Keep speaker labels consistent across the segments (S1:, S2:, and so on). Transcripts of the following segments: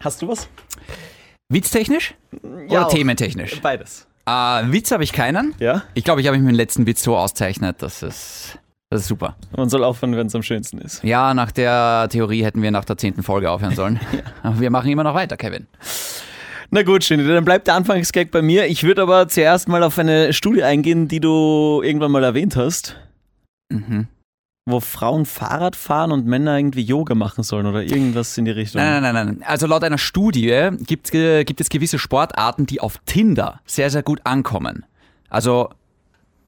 S1: Hast du was?
S2: Witztechnisch oder
S1: auch.
S2: thementechnisch?
S1: Beides.
S2: Äh, Witz habe ich keinen.
S1: Ja?
S2: Ich glaube, ich habe mich mit dem letzten Witz so auszeichnet, dass es. Das ist super.
S1: Man soll aufhören, wenn es am schönsten ist.
S2: Ja, nach der Theorie hätten wir nach der zehnten Folge aufhören sollen. Aber wir machen immer noch weiter, Kevin.
S1: Na gut, Shindy, dann bleibt der Anfangsgag bei mir. Ich würde aber zuerst mal auf eine Studie eingehen, die du irgendwann mal erwähnt hast,
S2: Mhm.
S1: wo Frauen Fahrrad fahren und Männer irgendwie Yoga machen sollen oder irgendwas in die Richtung.
S2: Nein, nein, nein, nein. Also laut einer Studie gibt, äh, gibt es gewisse Sportarten, die auf Tinder sehr, sehr gut ankommen. Also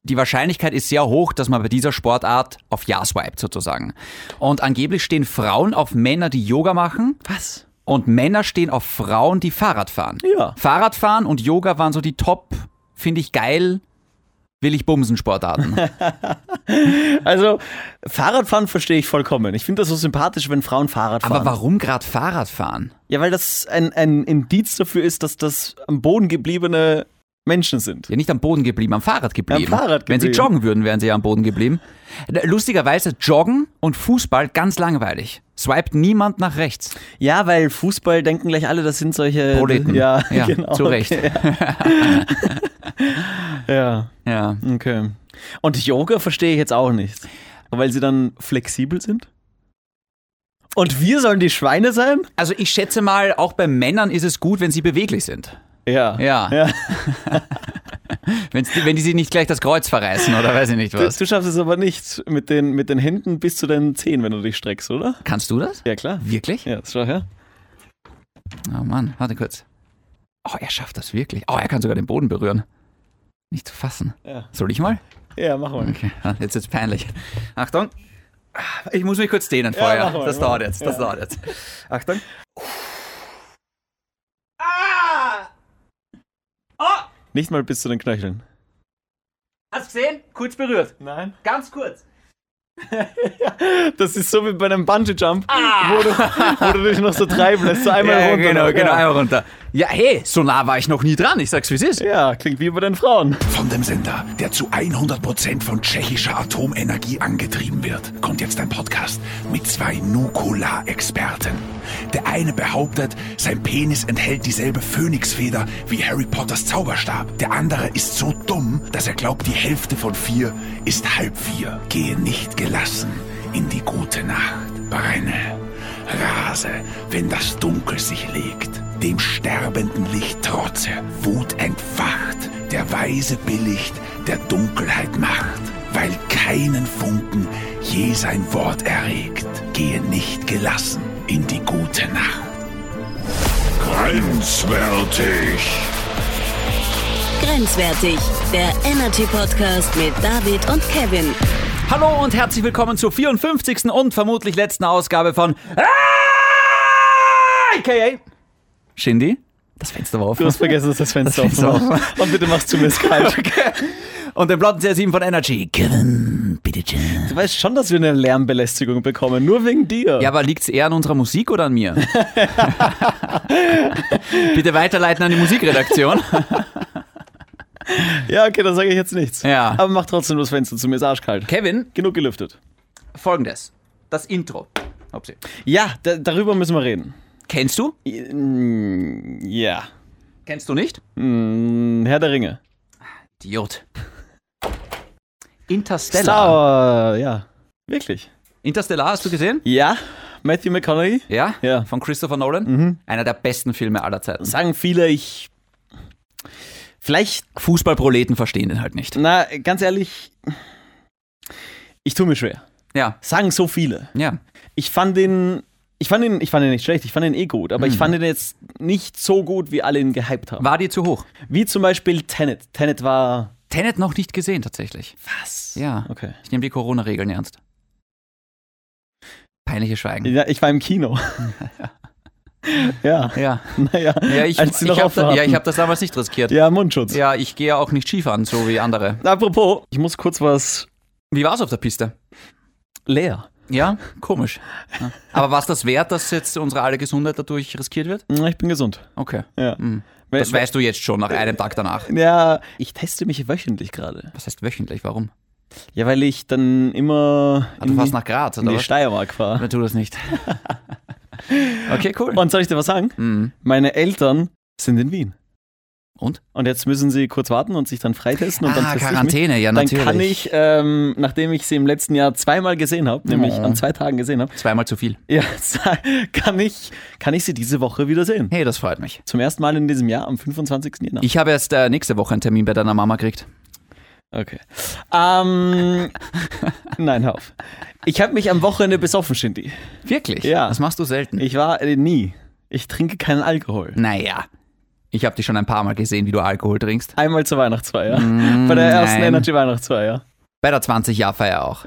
S2: die Wahrscheinlichkeit ist sehr hoch, dass man bei dieser Sportart auf Ja swiped sozusagen. Und angeblich stehen Frauen auf Männer, die Yoga machen
S1: Was?
S2: und Männer stehen auf Frauen, die Fahrrad fahren.
S1: Ja.
S2: Fahrradfahren und Yoga waren so die Top, finde ich geil, will ich bumsen Sportarten.
S1: Also, Fahrradfahren verstehe ich vollkommen. Ich finde das so sympathisch, wenn Frauen Fahrrad fahren.
S2: Aber warum gerade Fahrradfahren?
S1: Ja, weil das ein, ein Indiz dafür ist, dass das am Boden gebliebene Menschen sind.
S2: Ja, nicht am Boden geblieben, am Fahrrad geblieben.
S1: Am Fahrrad
S2: Wenn sie
S1: geblieben.
S2: joggen würden, wären sie ja am Boden geblieben. Lustigerweise Joggen und Fußball ganz langweilig. Swiped niemand nach rechts.
S1: Ja, weil Fußball denken gleich alle, das sind solche.
S2: Proleten.
S1: Ja,
S2: Ja,
S1: genau.
S2: zu Recht.
S1: Ja,
S2: Ja.
S1: okay. Und Yoga verstehe ich jetzt auch nicht. Weil sie dann flexibel sind? Und wir sollen die Schweine sein?
S2: Also ich schätze mal, auch bei Männern ist es gut, wenn sie beweglich sind.
S1: Ja.
S2: Ja.
S1: Ja.
S2: Wenn's, die- wenn die sich nicht gleich das Kreuz verreißen oder weiß ich nicht
S1: Du,
S2: was.
S1: du schaffst es aber nicht mit den, mit den Händen bis zu deinen Zehen, wenn du dich streckst, oder?
S2: Kannst du das?
S1: Ja, klar.
S2: Wirklich?
S1: Ja, das schau her.
S2: Oh Mann, warte kurz. Oh, er schafft das wirklich. Oh, er kann sogar den Boden berühren. Nicht zu fassen.
S1: Ja.
S2: Soll ich mal?
S1: Ja, mach mal.
S2: Okay, ah, jetzt ist peinlich. Achtung. Ich muss mich kurz dehnen
S1: Ja,
S2: vorher.
S1: mach mal,
S2: das
S1: mach
S2: dauert
S1: mal.
S2: jetzt, das
S1: Ja.
S2: dauert jetzt. Achtung.
S1: Nicht mal bis zu den Knöcheln.
S2: Hast du gesehen? Kurz berührt.
S1: Nein.
S2: Ganz kurz.
S1: Das ist so wie bei einem Bungee-Jump, wo, du, wo du dich noch so treiben lässt, so einmal
S2: ja,
S1: runter.
S2: genau,
S1: noch,
S2: genau,
S1: ja.
S2: einmal runter. Ja, hey, so nah war ich noch nie dran. Ich sag's, wie es ist.
S1: ja, klingt wie bei den Frauen.
S3: Von dem Sender, der zu 100% von tschechischer Atomenergie angetrieben wird, kommt jetzt ein Podcast mit zwei Nukular-Experten. Der eine behauptet, sein Penis enthält dieselbe Phönixfeder wie Harry Potters Zauberstab. Der andere ist so dumm, dass er glaubt, die Hälfte von vier ist halb vier. Gehe nicht gelassen in die gute Nacht. Brenne. Rase, wenn das Dunkel sich legt, dem sterbenden Licht trotze, Wut entfacht, der Weise billigt, der Dunkelheit macht, weil keinen Funken je sein Wort erregt, gehe nicht gelassen in die gute Nacht. Grenzwertig!
S4: Grenzwertig, der Energy Podcast mit David und Kevin.
S2: Hallo und herzlich willkommen zur 54. und vermutlich letzten Ausgabe von
S1: Ah!
S2: AKA Shindy. Das Fenster war
S1: Du
S2: offen.
S1: hast vergessen, dass das Fenster
S2: Das
S1: offen
S2: Fenster
S1: war. Und bitte machst du mir es kalt.
S2: Und den Blotten CR7 von Energy. Kevin, bitte schön.
S1: Du weißt schon, dass wir eine Lärmbelästigung bekommen, nur wegen dir.
S2: Ja, aber liegt's eher an unserer Musik oder an mir? bitte weiterleiten an die Musikredaktion.
S1: Ja, okay, dann sage ich jetzt nichts.
S2: Ja.
S1: Aber mach trotzdem das Fenster zu mir, ist arschkalt.
S2: Kevin,
S1: Genug gelüftet.
S2: folgendes. Das Intro. Upsi.
S1: Ja, da, darüber müssen wir reden.
S2: Kennst du?
S1: Ja.
S2: Kennst du nicht?
S1: Hm, Herr der Ringe.
S2: Idiot. Interstellar.
S1: Star, ja. Wirklich.
S2: Interstellar hast du gesehen?
S1: Ja, Matthew McConaughey.
S2: Ja?
S1: Ja.
S2: Von Christopher Nolan? Einer der besten Filme aller Zeiten.
S1: Sagen viele, ich... Vielleicht
S2: Fußballproleten verstehen den halt nicht.
S1: Na, ganz ehrlich, ich tue mir schwer.
S2: Ja,
S1: Sagen so viele.
S2: ja.
S1: Ich fand den, ich fand ihn, ich fand ihn nicht schlecht, ich fand ihn eh gut, aber ich fand ihn jetzt nicht so gut, wie alle ihn gehypt haben.
S2: War dir zu hoch?
S1: Wie zum Beispiel Tenet. Tenet war.
S2: Tenet noch nicht gesehen tatsächlich.
S1: Was?
S2: Ja.
S1: Okay.
S2: Ich nehme die Corona-Regeln ernst. Peinliches Schweigen.
S1: Ja, ich war im Kino. ja,
S2: Ja.
S1: naja.
S2: Ja, ich,
S1: als sie
S2: ich
S1: noch
S2: habe
S1: offen
S2: da, ja, ich
S1: hatten.
S2: hab das damals nicht riskiert. Ja,
S1: ja, Mundschutz.
S2: ich gehe ja auch nicht Skifahren, so wie andere.
S1: Apropos, ich muss kurz was
S2: Wie war's auf der Piste?
S1: leer.
S2: Ja, komisch. Ja. Aber war's das wert, dass jetzt unsere alle Gesundheit dadurch riskiert wird?
S1: Na, Ich bin gesund.
S2: Okay.
S1: Ja.
S2: Hm. Das weißt du jetzt schon nach einem Tag danach.
S1: ja, ich teste mich wöchentlich gerade.
S2: Was heißt wöchentlich? Warum?
S1: Ja, weil ich dann immer
S2: Ah,
S1: in
S2: Du fährst
S1: die-
S2: nach Graz
S1: in
S2: oder
S1: die
S2: was?
S1: Steiermark war.
S2: Oder tu das nicht. Okay, cool.
S1: Und soll ich dir was sagen?
S2: Mhm.
S1: Meine Eltern sind in Wien.
S2: Und?
S1: Und jetzt müssen sie kurz warten und sich dann freitesten. Und dann
S2: ah,
S1: teste ich mich.
S2: Quarantäne, ja,
S1: Dann
S2: natürlich.
S1: kann ich, ähm, nachdem ich sie im letzten Jahr zweimal gesehen habe, nämlich
S2: Oh.
S1: an zwei Tagen gesehen habe,
S2: Zweimal zu viel.
S1: ja, kann ich, kann ich sie diese Woche wieder sehen.
S2: Hey, das freut mich.
S1: Zum ersten Mal in diesem Jahr am 25. Jänner.
S2: Ich habe erst äh, nächste Woche einen Termin bei deiner Mama gekriegt.
S1: Okay. Ähm, nein, hör auf. Ich habe mich am Wochenende besoffen, Shindy.
S2: Wirklich?
S1: Ja.
S2: Das machst du selten.
S1: Ich war äh, nie. Ich trinke keinen
S2: Hm.
S1: Alkohol.
S2: naja, ich habe dich schon ein paar Mal gesehen, wie du Alkohol trinkst.
S1: Einmal zur Weihnachtsfeier. Bei der ersten
S2: Hm, nein.
S1: Energy-Weihnachtsfeier.
S2: Bei der 20-Jahr-Feier auch.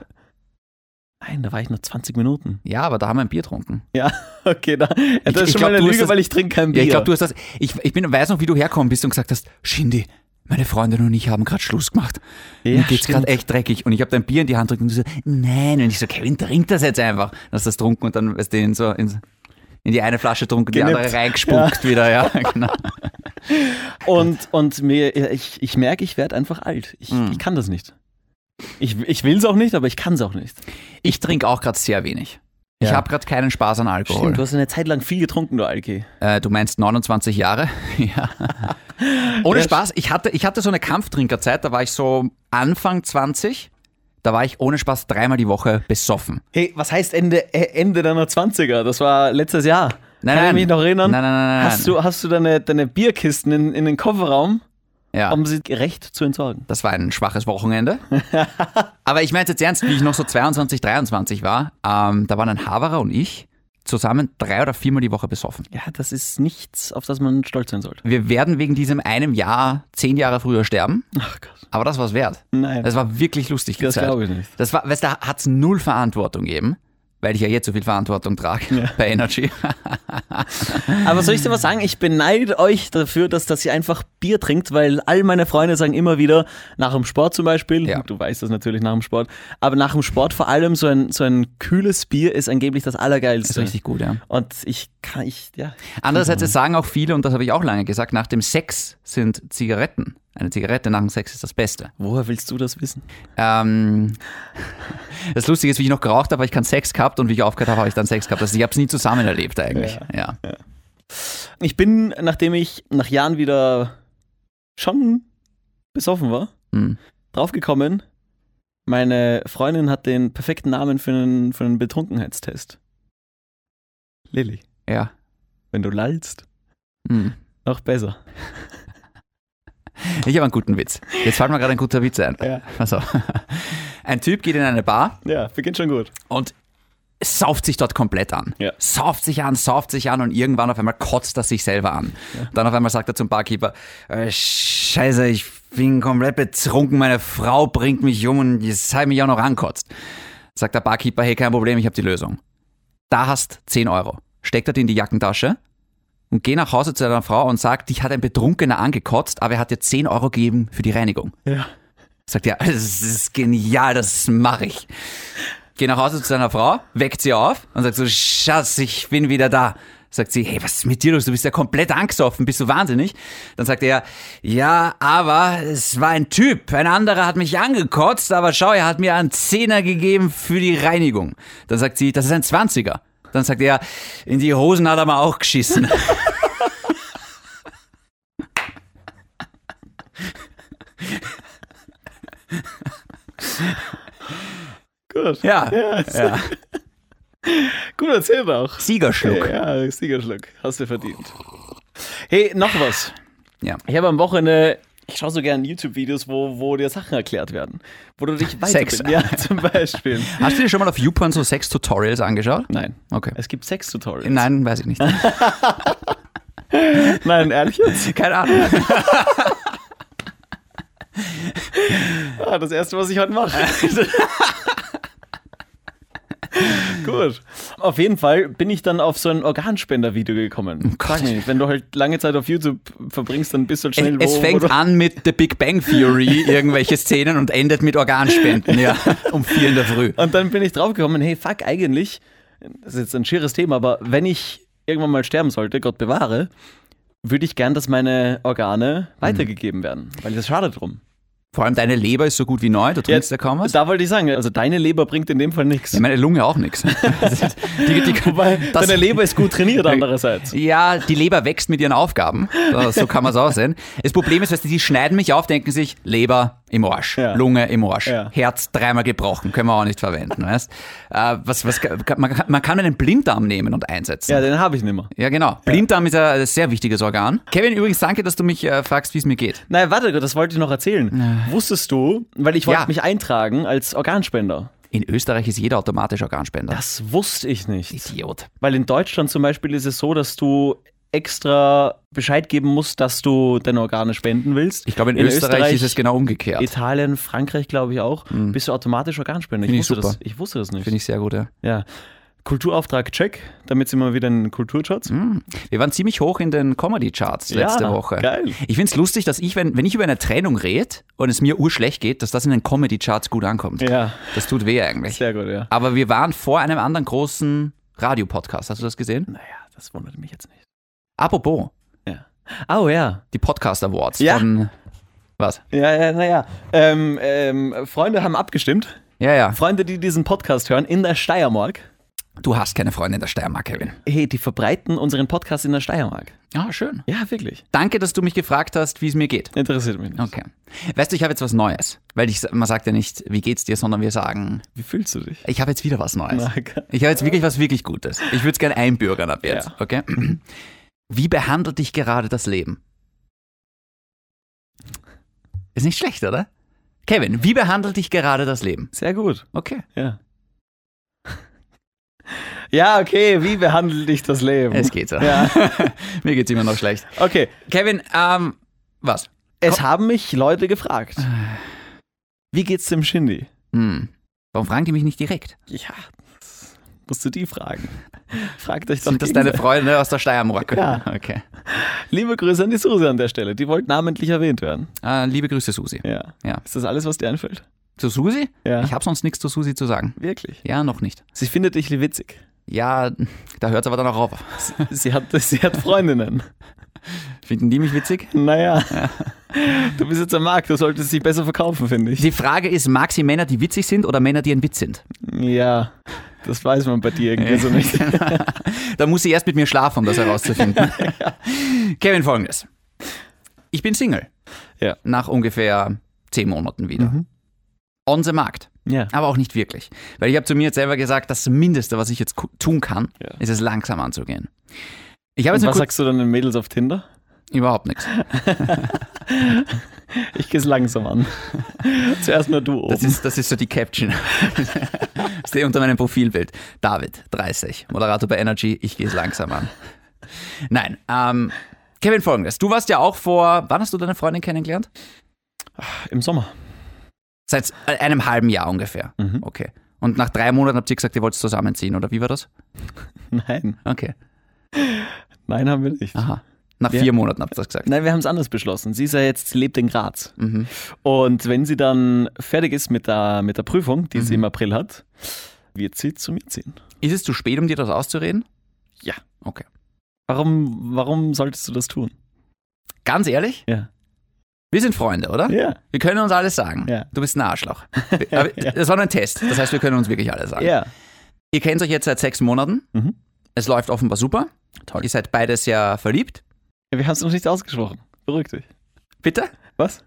S1: Nein, da war ich nur 20 Minuten.
S2: Ja, aber da haben wir ein Bier getrunken.
S1: Ja, okay. Da, das
S2: ich
S1: ist schon
S2: glaub,
S1: mal
S2: du
S1: eine
S2: hast
S1: Lüge,
S2: das-
S1: weil ich trinke kein Bier.
S2: Ja, ich glaube, du hast das. Ich, ich bin, weiß noch, wie du herkommen bist und gesagt hast: Shindy, meine Freundin und ich haben gerade Schluss gemacht.
S1: Ja,
S2: Mir geht's
S1: stimmt.
S2: gerade echt dreckig. Und ich habe dein Bier in die Hand gedrückt und du so: Nein. Und ich so: Kevin, trink das jetzt einfach. Dann hast du das trunken und dann weißt du, in, so, in, in die eine Flasche trunken, die
S1: Genippt.
S2: andere reingespuckt wieder. Ja, genau.
S1: Und, und mir, ich, ich merke, ich werde einfach alt. Ich,
S2: Hm.
S1: ich kann das nicht. Ich, ich will es auch nicht, aber ich kann es auch nicht.
S2: Ich trinke auch gerade sehr wenig. Ich
S1: Ja.
S2: habe gerade keinen Spaß an Alkohol.
S1: Stimmt, du hast eine Zeit lang viel getrunken, du Alki.
S2: Äh, du meinst 29 Jahre? ja. Ohne Spaß, ich hatte, ich hatte so eine Kampftrinkerzeit, da war ich so Anfang 20. Da war ich ohne Spaß dreimal die Woche besoffen.
S1: Hey, was heißt Ende, äh, Ende deiner 20er? Das war letztes Jahr.
S2: Nein,
S1: kann
S2: nein.
S1: ich mich noch erinnern?
S2: Nein, nein, nein, nein,
S1: Hast du, hast du deine, deine Bierkisten in, in den Kofferraum,
S2: Ja,
S1: um sie gerecht zu entsorgen?
S2: das war ein schwaches Wochenende. Aber ich meine jetzt ernst, wie ich noch so 22, 23 war, ähm, da waren ein Haverer und ich zusammen drei oder viermal die Woche besoffen.
S1: Ja, das ist nichts, auf das man stolz sein sollte.
S2: Wir werden wegen diesem einem Jahr zehn Jahre früher sterben,
S1: Ach Gott.
S2: aber das war's wert.
S1: Nein.
S2: Das war wirklich lustig. die
S1: Das
S2: Zeit.
S1: glaube ich nicht.
S2: Das war, weißt du, da hat es null Verantwortung gegeben, weil ich ja jetzt so viel Verantwortung trage bei Energy.
S1: Aber soll ich dir was sagen? Ich beneide euch dafür, dass, dass ihr einfach Bier trinkt, weil all meine Freunde sagen immer wieder, nach dem Sport zum Beispiel,
S2: Ja.
S1: du weißt das natürlich nach dem Sport, aber nach dem Sport vor allem so ein, so ein kühles Bier ist angeblich das Allergeilste.
S2: Das ist richtig gut, ja. Mhm.
S1: Und ich kann, ich, ja.
S2: Also Andererseits es sagen auch viele, und das habe ich auch lange gesagt, nach dem Sex sind Zigaretten. Eine Zigarette nach dem Sex ist das Beste.
S1: Woher willst du das wissen?
S2: Ähm, das Lustige ist, wie ich noch geraucht habe, habe ich keinen Sex gehabt und wie ich aufgehört habe, habe ich dann Sex gehabt. Also ich habe es nie zusammen erlebt eigentlich. Ja.
S1: Ich bin, nachdem ich nach Jahren wieder schon besoffen war,
S2: Hm.
S1: draufgekommen, meine Freundin hat den perfekten Namen für einen, für einen Betrunkenheitstest. Lilly.
S2: ja.
S1: Wenn du lallst.
S2: Hm.
S1: Noch besser.
S2: Ich habe einen guten Witz. Jetzt fällt mir gerade ein guter Witz ein.
S1: Ja.
S2: Also, ein Typ geht in eine Bar
S1: Ja, beginnt schon gut.
S2: und sauft sich dort komplett an.
S1: Ja.
S2: Sauft sich an, sauft sich an und irgendwann auf einmal kotzt er sich selber an. Dann auf einmal sagt er zum Barkeeper, äh, scheiße, ich bin komplett betrunken, meine Frau bringt mich um und jetzt hat mich auch noch ankotzt. Sagt der Barkeeper, hey, kein Problem, ich habe die Lösung. Da hast 10 Euro. Steckt er die in die Jackentasche und geh nach Hause zu deiner Frau und sagt, dich hat ein Betrunkener angekotzt, aber er hat dir 10 Euro gegeben für die Reinigung.
S1: Ja.
S2: Sagt ja, das ist genial, das mache ich. Geh nach Hause zu seiner Frau, weckt sie auf und sagt so, Schatz, ich bin wieder da. Sagt sie, hey, was ist mit dir los? Du bist ja komplett angesoffen, bist du wahnsinnig? Dann sagt er, ja, aber es war ein Typ. Ein anderer hat mich angekotzt, aber schau, er hat mir einen Zehner gegeben für die Reinigung. Dann sagt sie, das ist ein Zwanziger. Dann sagt er, in die Hosen hat er mal auch geschissen.
S1: Gut.
S2: Ja,
S1: ja. gut erzählt auch.
S2: Siegerschluck.
S1: Ja, Siegerschluck. Hast du verdient. Hey, noch was.
S2: Ja.
S1: Ich habe am Wochenende, ich schaue so gerne YouTube-Videos, wo, wo dir Sachen erklärt werden. Wo du dich weiter
S2: Sex.
S1: Ja, zum Beispiel.
S2: Hast du dir schon mal auf YouPorn so Sex-Tutorials angeschaut?
S1: Nein.
S2: Okay.
S1: Es gibt Sex-Tutorials.
S2: Nein, weiß ich nicht.
S1: Nein, ehrlich jetzt?
S2: Keine Ahnung.
S1: Ah, das erste, was ich heute mache. Gut. Auf jeden Fall bin ich dann auf so ein Organspender-Video
S2: Oh
S1: gekommen. Sag mir nicht, wenn du halt lange Zeit auf YouTube verbringst, dann bist du halt
S2: Es,
S1: schnell
S2: es
S1: wo,
S2: fängt
S1: wo du,
S2: an mit The Big Bang Theory, irgendwelche Szenen und endet mit Organspenden, ja. Um vier in der Früh.
S1: Und dann bin ich draufgekommen, hey, fuck, eigentlich, das ist jetzt ein schieres Thema, aber wenn ich irgendwann mal sterben sollte, Gott bewahre, würde ich gern, dass meine Organe weitergegeben werden. Weil das schade drum.
S2: Vor allem deine Leber ist so gut wie neu, du trinkst ja kaum was.
S1: Da wollte ich sagen, also deine Leber bringt in dem Fall nichts.
S2: Ja, meine Lunge auch nichts. Die, die,
S1: Wobei,
S2: das-
S1: deine Leber ist gut trainiert andererseits.
S2: Ja, die Leber wächst mit ihren Aufgaben. Das- So kann man es aussehen. Das Problem ist, weißt du, die schneiden mich auf, denken sich, Leber im Arsch,
S1: Ja.
S2: Lunge im Arsch,
S1: Ja.
S2: Herz dreimal gebrochen, können wir auch nicht verwenden. Weißt? Äh, was, was, man, kann- man kann einen Blinddarm nehmen und einsetzen.
S1: Ja, den habe ich nicht mehr.
S2: Ja, genau. Blinddarm ist ein sehr wichtiges Organ. Kevin, übrigens danke, dass du mich äh, fragst, wie es mir geht.
S1: Nein, warte, das wollte ich noch erzählen. Wusstest du, weil ich wollte
S2: Ja.
S1: mich eintragen als Organspender.
S2: In Österreich ist jeder automatisch Organspender.
S1: Das wusste ich nicht.
S2: Idiot.
S1: Weil in Deutschland zum Beispiel ist es so, dass du extra Bescheid geben musst, dass du deine Organe spenden willst.
S2: Ich glaube, in, Österreich, ist es genau umgekehrt.
S1: Italien, Frankreich, glaube ich auch, bist du automatisch Organspender.
S2: Finde ich
S1: wusste das.
S2: super.
S1: Ich wusste das nicht.
S2: Finde ich sehr gut, ja.
S1: Ja. Kulturauftrag check, damit sind wir wieder in den Kulturcharts.
S2: Mhm. Wir waren ziemlich hoch in den Comedy-Charts letzte
S1: Ja,
S2: Woche.
S1: geil.
S2: Ich find's lustig, dass ich, wenn, wenn ich über eine Trennung rede und es mir urschlecht geht, dass das in den Comedy-Charts gut ankommt.
S1: Ja,
S2: Das tut weh eigentlich.
S1: sehr gut, ja.
S2: Aber wir waren vor einem anderen großen Radiopodcast. Hast du das gesehen?
S1: Naja, das wundert mich jetzt nicht.
S2: Apropos,
S1: Ja. Oh ja.
S2: die Podcast Awards
S1: Ja.
S2: von. Was?
S1: Ja, ja, naja. Ähm, ähm, Freunde haben abgestimmt.
S2: Ja, ja.
S1: Freunde, die diesen Podcast hören, in der Steiermark.
S2: Du hast keine Freunde in der Steiermark, Kevin.
S1: Hey, die verbreiten unseren Podcast in der Steiermark.
S2: Ah, schön.
S1: Ja, wirklich.
S2: Danke, dass du mich gefragt hast, wie es mir geht.
S1: Interessiert mich nicht.
S2: Okay. Weißt du, ich habe jetzt was Neues. Weil ich, man sagt ja nicht, wie geht's dir, sondern wir sagen,
S1: Wie fühlst du dich?
S2: ich habe jetzt wieder was Neues.
S1: Na, geil.
S2: Ich habe jetzt wirklich was wirklich Gutes. Ich würde es gerne einbürgern ab jetzt,
S1: Ja.
S2: okay? Wie behandelt dich gerade das Leben? Ist nicht schlecht, oder? Kevin, wie behandelt dich gerade das Leben?
S1: Sehr gut,
S2: Okay.
S1: ja. Ja, okay, wie behandelt dich das Leben?
S2: Es geht so.
S1: Ja.
S2: Mir geht's immer noch schlecht.
S1: Okay,
S2: Kevin, ähm, was?
S1: es haben mich Leute gefragt. Äh. Wie geht's dem Shindy?
S2: Hm. Warum fragen die mich nicht direkt?
S1: Ja, das musst du die fragen. Fragt euch doch
S2: Sind das deine
S1: gegenseitig.
S2: Freunde aus der Steiermark?
S1: Ja.
S2: Okay.
S1: Liebe Grüße an die Susi an der Stelle. Die wollte namentlich erwähnt werden.
S2: Äh, liebe Grüße, Susi.
S1: Ja.
S2: Ja.
S1: Ist das alles, was dir einfällt?
S2: Zu Susi?
S1: Ja.
S2: Ich habe sonst nichts zu Susi zu sagen.
S1: Wirklich.
S2: Ja, noch nicht.
S1: Sie findet dich witzig.
S2: Ja, da hört's aber dann auch auf.
S1: Sie hat, sie hat Freundinnen.
S2: Finden die mich witzig?
S1: Naja. Du bist jetzt am Markt, du solltest dich besser verkaufen, finde ich.
S2: Die Frage ist, mag sie Männer, die witzig sind oder Männer, die ein Witz sind?
S1: Ja, das weiß man bei dir irgendwie so nicht.
S2: Da muss sie erst mit mir schlafen, um das herauszufinden. Kevin, folgendes. Ich bin Single.
S1: Ja. Mhm.
S2: Nach ungefähr zehn Monaten wieder. On the Markt.
S1: Ja.
S2: Aber auch nicht wirklich. Weil ich habe zu mir jetzt selber gesagt, das Mindeste, was ich jetzt ku- tun kann,
S1: Ja.
S2: ist es langsam anzugehen. Ich habe jetzt
S1: Und
S2: nur
S1: was
S2: kurz,
S1: sagst du dann den Mädels auf Tinder?
S2: überhaupt nichts.
S1: Ich gehe es langsam an. Zuerst nur du
S2: Das
S1: oben.
S2: ist, das ist so die Caption. Stehe unter meinem Profilbild. David, 30, Moderator bei Energy, ich gehe es langsam an. Nein, ähm, Kevin, folgendes. Du warst ja auch vor, wann hast du deine Freundin kennengelernt?
S1: Im Sommer.
S2: Seit einem halben Jahr ungefähr.
S1: Mhm.
S2: Okay. Und nach drei Monaten habt ihr gesagt, ihr wollt zusammenziehen, oder wie war das?
S1: Nein,
S2: Okay.
S1: nein haben wir nicht.
S2: Aha. Nach vier Monaten habt ihr das gesagt.
S1: Ah. Nein, wir haben es anders beschlossen. Sie ist ja jetzt, sie lebt in Graz. Und wenn sie dann fertig ist mit der, mit der Prüfung, die sie im April hat, wird sie zu mir ziehen.
S2: Ist es zu spät, um dir das auszureden?
S1: Ja.
S2: Okay.
S1: Warum, warum solltest du das tun?
S2: Ganz ehrlich?
S1: Ja.
S2: Wir sind Freunde, oder?
S1: Ja.
S2: Wir können uns alles sagen.
S1: Ja.
S2: Du bist ein Arschloch. Aber Das war nur ein Test. Das heißt, wir können uns wirklich alles sagen.
S1: Ja.
S2: Ihr kennt euch jetzt seit sechs Monaten.
S1: Mhm.
S2: Es läuft offenbar super.
S1: Toll.
S2: Ihr seid beides ja verliebt.
S1: Wir haben es noch nicht ausgesprochen. Beruhig dich.
S2: Bitte?
S1: Was?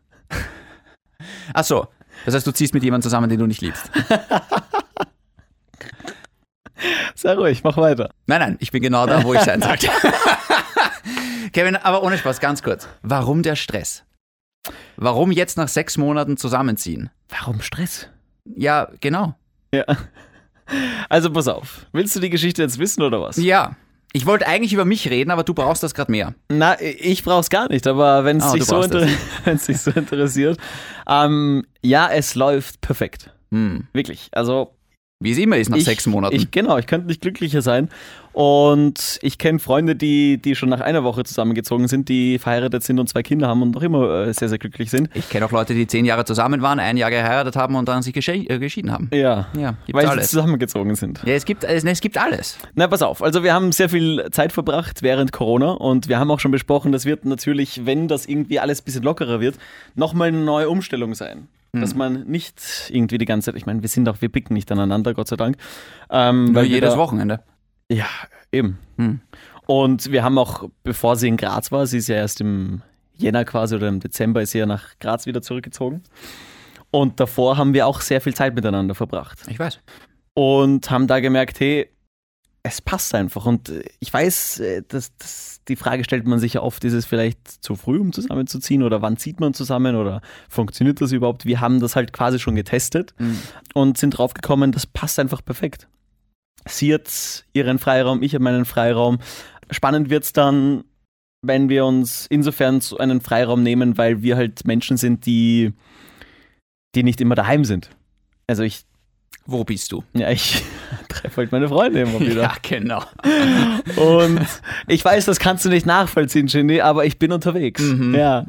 S2: Ach so. Das heißt, du ziehst mit jemandem zusammen, den du nicht liebst.
S1: Sei ruhig, mach weiter.
S2: Nein, nein, ich bin genau da, wo ich sein sollte. Kevin, aber ohne Spaß, ganz kurz. Warum der Stress? Warum jetzt nach sechs Monaten zusammenziehen?
S1: Warum Stress?
S2: Ja, genau.
S1: Ja. Also pass auf. Willst du die Geschichte jetzt wissen oder was?
S2: Ja. Ich wollte eigentlich über mich reden, aber du brauchst das gerade mehr.
S1: Na, ich brauch's gar nicht, aber wenn
S2: Ah,
S1: es dich,
S2: du
S1: so
S2: brauchst
S1: inter- wenn's dich so interessiert. Ähm, ja, es läuft perfekt.
S2: Hm.
S1: Wirklich. Also
S2: Wie es immer ist nach
S1: ich,
S2: sechs Monaten.
S1: Ich, genau, ich könnte nicht glücklicher sein. Und ich kenne Freunde, die, die schon nach einer Woche zusammengezogen sind, die verheiratet sind und zwei Kinder haben und noch immer äh, sehr, sehr glücklich sind.
S2: Ich kenne auch Leute, die zehn Jahre zusammen waren, ein Jahr geheiratet haben und dann sich gesche- äh, geschieden haben.
S1: Ja,
S2: Ja, gibt's
S1: weil
S2: alles.
S1: sie zusammengezogen sind.
S2: Ja, es gibt, es, es gibt alles.
S1: Na, pass auf. Also, wir haben sehr viel Zeit verbracht während Corona und wir haben auch schon besprochen, das wird natürlich, wenn das irgendwie alles ein bisschen lockerer wird, nochmal eine neue Umstellung sein.
S2: Hm.
S1: Dass man nicht irgendwie die ganze Zeit, ich meine, wir sind auch, wir picken nicht aneinander, Gott sei Dank. Ähm,
S2: Nur
S1: weil wir
S2: jedes Hm.
S1: da-
S2: Wochenende.
S1: Ja, eben. Und wir haben auch, bevor sie in Graz war, sie ist ja erst im Jänner quasi oder im Dezember ist sie ja nach Graz wieder zurückgezogen. Und davor haben wir auch sehr viel Zeit miteinander verbracht
S2: Ich weiß.
S1: und haben da gemerkt, hey, es passt einfach. Und äh, ich weiß, äh, dass, dass die Frage stellt man sich ja oft, ist es vielleicht zu früh, um zusammenzuziehen oder wann zieht man zusammen oder funktioniert das überhaupt? Wir haben das halt quasi schon getestet und sind draufgekommen, das passt einfach perfekt. Sie hat ihren Freiraum, ich habe meinen Freiraum. Spannend wird es dann, wenn wir uns insofern so einen Freiraum nehmen, weil wir halt Menschen sind, die, die nicht immer daheim sind. Also ich
S2: Wo bist du?
S1: ja, ich treffe halt meine Freunde immer wieder.
S2: Ja, genau.
S1: Und ich weiß, das kannst du nicht nachvollziehen, Ginny, aber ich bin unterwegs.
S2: Mhm.
S1: Ja.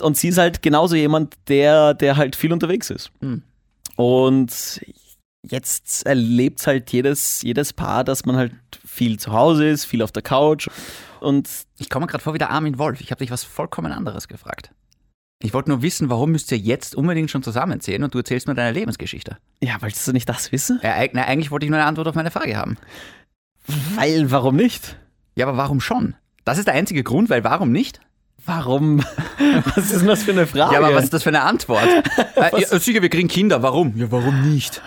S1: Und sie ist halt genauso jemand, der, der halt viel unterwegs ist.
S2: Mhm.
S1: Und jetzt erlebt halt jedes, jedes Paar, dass man halt viel zu Hause ist, viel auf der Couch. Und
S2: Ich komme gerade vor wie der Armin Wolf. Ich habe dich was vollkommen anderes gefragt. Ich wollte nur wissen, warum müsst ihr jetzt unbedingt schon zusammenziehen und du erzählst mir deine Lebensgeschichte.
S1: ja, wolltest du nicht das wissen?
S2: Äh, eig- na, eigentlich wollte ich nur eine Antwort auf meine Frage haben. Mhm.
S1: Weil, warum nicht?
S2: Ja, aber warum schon? Das ist der einzige Grund, weil warum nicht?
S1: Warum? Was ist denn das für eine Frage?
S2: Ja, aber was ist das für eine Antwort? äh, ja, sicher, wir kriegen Kinder. Warum? Ja, warum nicht?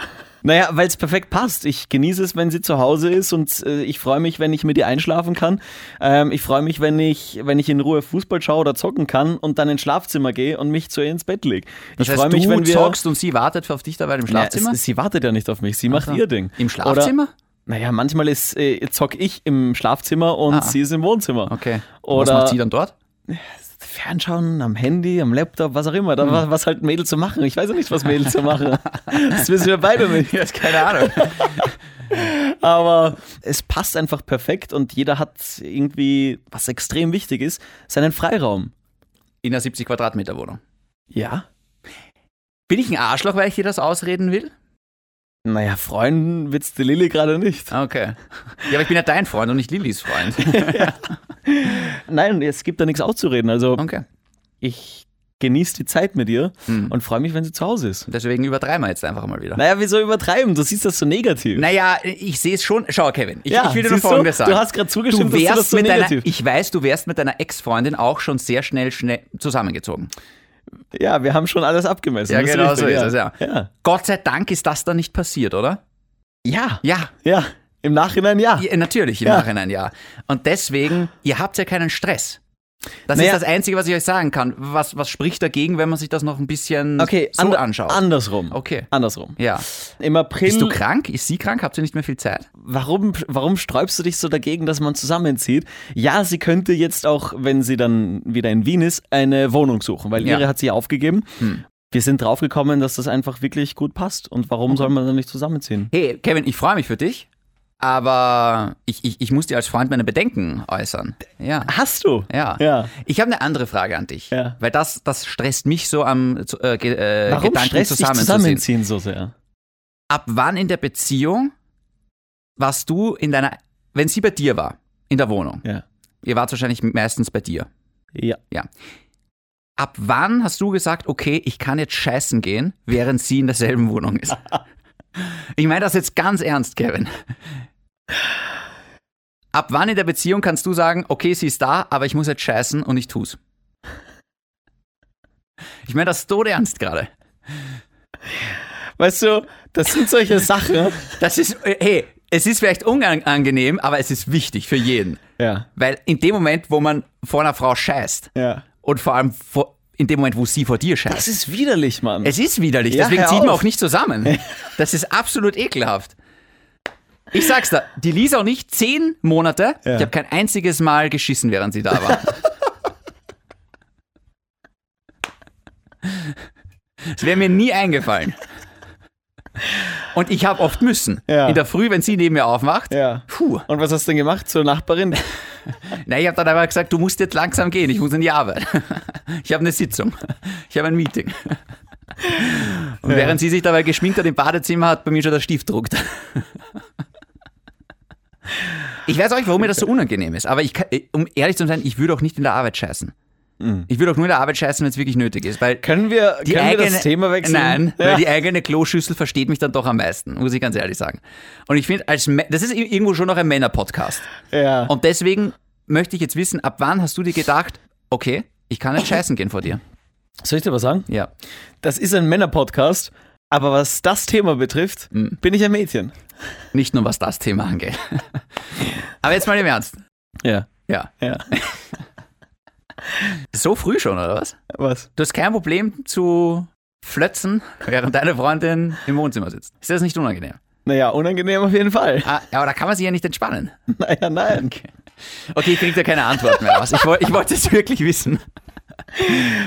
S1: Naja, weil es perfekt passt. Ich genieße es, wenn sie zu Hause ist und äh, ich freue mich, wenn ich mit ihr einschlafen kann. Ähm, ich freue mich, wenn ich, wenn ich in Ruhe Fußball schaue oder zocken kann und dann ins Schlafzimmer gehe und mich zu ihr ins Bett lege.
S2: Das
S1: ich
S2: heißt,
S1: freue mich,
S2: du
S1: wenn wir
S2: zockst und sie wartet auf dich dabei im
S1: Naja,
S2: Schlafzimmer?
S1: es, sie wartet ja nicht auf mich, sie macht
S2: so.
S1: ihr Ding.
S2: Im Schlafzimmer?
S1: Oder, naja, manchmal ist, äh, zock ich im Schlafzimmer und
S2: Ah.
S1: sie ist im Wohnzimmer.
S2: okay.
S1: Oder
S2: Was macht sie dann dort?
S1: Fernschauen, am Handy, am Laptop, was auch immer.
S2: Hm.
S1: Da, wa- Was halt Mädels zu machen. Ich weiß ja nicht, was Mädels zu machen. Das wissen wir beide nicht.
S2: Keine Ahnung.
S1: Aber es passt einfach perfekt und jeder hat irgendwie, was extrem wichtig ist, seinen Freiraum.
S2: In einer 70 Quadratmeter Wohnung.
S1: Ja.
S2: Bin ich ein Arschloch, weil ich dir das ausreden will?
S1: Naja, freuen wird's die Lilly gerade nicht.
S2: Okay. Ja, aber ich bin ja dein Freund und nicht Lillys Freund.
S1: Nein, es gibt da nichts auszureden. Also
S2: Okay.
S1: ich genieße die Zeit mit ihr
S2: Hm.
S1: und freue mich, wenn sie zu Hause ist.
S2: Deswegen übertreiben wir jetzt einfach mal wieder.
S1: Naja, wieso übertreiben? Du siehst das so negativ.
S2: Naja, ich sehe es schon. Schau, Kevin, ich,
S1: Ja,
S2: ich will dir nur
S1: siehst du?
S2: Folgendes sagen.
S1: Du hast gerade zugestimmt,
S2: Du
S1: dass du
S2: wärst
S1: das so
S2: mit deiner,
S1: negativ-
S2: Ich weiß, du wärst mit deiner Ex-Freundin auch schon sehr schnell, schnell zusammengezogen.
S1: Ja, wir haben schon alles abgemessen.
S2: Ja,
S1: Das
S2: genau
S1: richtig,
S2: so ist es, ja.
S1: Ja.
S2: Gott sei Dank ist das dann nicht passiert, oder?
S1: Ja.
S2: Ja,
S1: Ja. Im Nachhinein ja.
S2: Ah. ja natürlich, im
S1: Ja.
S2: Nachhinein ja. Und deswegen, ihr habt ja keinen Stress. Das
S1: Naja.
S2: ist das Einzige, was ich euch sagen kann. Was, was spricht dagegen, wenn man sich das noch ein bisschen
S1: Okay,
S2: so
S1: an-
S2: anschaut?
S1: andersrum.
S2: okay.
S1: Andersrum.
S2: Ja.
S1: Im April.
S2: Bist du krank? Ist sie krank? Habt ihr nicht mehr viel Zeit?
S1: warum, warum sträubst du dich so dagegen, dass man zusammenzieht? Ja, sie könnte jetzt auch, wenn sie dann wieder in Wien ist, eine Wohnung suchen, weil
S2: Ja. Hm.
S1: ihre hat sie aufgegeben. Wir sind draufgekommen, dass das einfach wirklich gut passt. Und warum soll man dann nicht zusammenziehen?
S2: Hey, Kevin, ich freue mich für dich, aber ich, ich, ich muss dir als Freund meine Bedenken äußern. Ja.
S1: Hast du?
S2: Ja.
S1: Ja.
S2: Ich habe eine andere Frage an dich,
S1: Ja.
S2: weil das, das stresst mich so am zu- äh, ge, äh,
S1: Warum
S2: Gedanken
S1: stresst dich
S2: zusammenzuziehen.
S1: zusammenziehen so sehr?
S2: Ab wann in der Beziehung warst du in deiner, wenn sie bei dir war, in der Wohnung,
S1: Ja.
S2: ihr wart wahrscheinlich meistens bei dir,
S1: Ja.
S2: ab wann hast du gesagt, okay, ich kann jetzt scheißen gehen, während sie in derselben Wohnung ist? Ich meine das jetzt ganz ernst, Kevin. Ab wann in der Beziehung kannst du sagen, okay, sie ist da, aber ich muss jetzt scheißen und ich tu's? Ich meine das tot ernst gerade.
S1: Weißt du, das sind solche Sachen.
S2: Das ist, äh, hey, es ist vielleicht unangenehm, aber es ist wichtig für jeden.
S1: Ja.
S2: Weil in dem Moment, wo man vor einer Frau scheißt
S1: Ja.
S2: und vor allem vor, in dem Moment, wo sie vor dir scheißt,
S1: Das ist widerlich, Mann.
S2: Es ist widerlich,
S1: Ja,
S2: deswegen
S1: hör
S2: zieht man
S1: auf.
S2: auch nicht zusammen. Das ist absolut ekelhaft. Ich sag's da, die Lisa und ich zehn Monate,
S1: Ja.
S2: ich habe kein einziges Mal geschissen, während sie da war. Es wäre mir nie eingefallen. Und ich habe oft müssen.
S1: Ja.
S2: In der Früh, wenn sie neben mir aufmacht.
S1: Ja.
S2: Puh.
S1: Und was hast du denn gemacht zur Nachbarin?
S2: Na, ich habe dann aber gesagt, du musst jetzt langsam gehen. Ich muss in die Arbeit. Ich habe eine Sitzung. Ich habe ein Meeting. Und während sie sich dabei geschminkt hat im Badezimmer, hat bei mir schon der Stift druckt. Ich weiß auch nicht, warum mir das so unangenehm ist. Aber ich kann, um ehrlich zu sein, ich würde auch nicht in der Arbeit scheißen. Ich würde auch nur in der Arbeit scheißen, wenn es wirklich nötig ist. Weil
S1: Hm. Können wir,
S2: die
S1: können
S2: eigene,
S1: wir das Thema wechseln?
S2: Nein,
S1: Ja.
S2: weil die eigene Kloschüssel versteht mich dann doch am meisten, muss ich ganz ehrlich sagen. Und ich finde, als Mä- das ist irgendwo schon noch ein Männer-Podcast.
S1: ja.
S2: Und deswegen möchte ich jetzt wissen, ab wann hast du dir gedacht, okay, ich kann nicht scheißen gehen vor dir?
S1: Soll ich dir was sagen?
S2: Ja.
S1: Das ist ein Männer-Podcast, aber was das Thema betrifft,
S2: Hm.
S1: bin ich ein Mädchen.
S2: Nicht nur was das Thema angeht. Aber jetzt mal im Ernst.
S1: Ja.
S2: Ja.
S1: Ja.
S2: So früh schon, oder was?
S1: Was?
S2: Du hast kein Problem zu flötzen, während deine Freundin im Wohnzimmer sitzt. Ist das nicht unangenehm?
S1: Naja, unangenehm auf jeden Fall.
S2: Ah, aber da kann man sich ja nicht entspannen.
S1: Naja, nein.
S2: Okay, ich krieg da keine Antwort mehr raus. Ich, woll- ich wollte es wirklich wissen.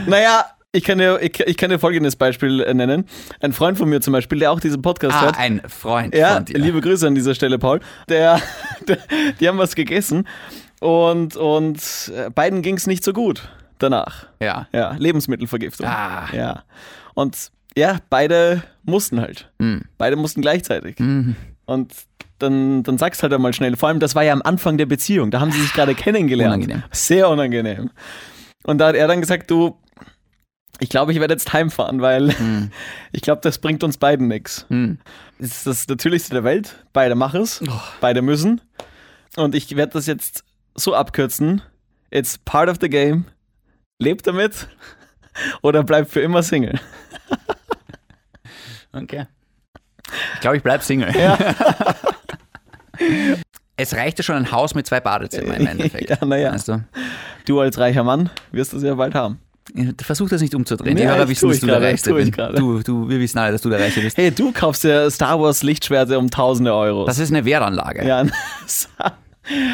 S1: Naja, ich kann, dir, ich, ich kann dir folgendes Beispiel äh, nennen. Ein Freund von mir zum Beispiel, der auch diesen Podcast
S2: Ah,
S1: hört.
S2: ein Freund
S1: Ja,
S2: von dir.
S1: liebe Grüße an dieser Stelle, Paul. Der, der, die haben was gegessen und, und äh, beiden ging es nicht so gut danach.
S2: ja.
S1: Ja, Lebensmittelvergiftung.
S2: Ah.
S1: Ja. Und ja, beide mussten halt.
S2: Hm.
S1: Beide mussten gleichzeitig. Und dann, dann sagst halt einmal schnell. Vor allem, das war ja am Anfang der Beziehung. Da haben sie sich gerade kennengelernt.
S2: Unangenehm.
S1: Sehr unangenehm. Und da hat er dann gesagt, du, ich glaube, ich werde jetzt heimfahren, weil ich glaube, das bringt uns beiden nichts. Das ist das Natürlichste der Welt. Beide machen es. Beide müssen. Und ich werde das jetzt so abkürzen. It's part of the game. Lebt damit oder bleibt für immer Single.
S2: Okay. Ich glaube, ich bleib Single. es reichte schon ein Haus mit zwei Badezimmern im Endeffekt.
S1: Äh, Ja, naja.
S2: Weißt du?
S1: Du als reicher Mann wirst das ja bald haben.
S2: Versuch das nicht umzudrehen.
S1: Nee,
S2: Die Hörer
S1: ich
S2: wissen,
S1: tu
S2: dass
S1: ich
S2: du
S1: gerade,
S2: der
S1: ich
S2: Reichste
S1: tu ich
S2: bist.
S1: gerade.
S2: Du, du, wir wissen alle, dass du der Reichste bist.
S1: Hey, du kaufst dir Star Wars Lichtschwerter um tausende Euro.
S2: Das ist eine Wehranlage.
S1: ja,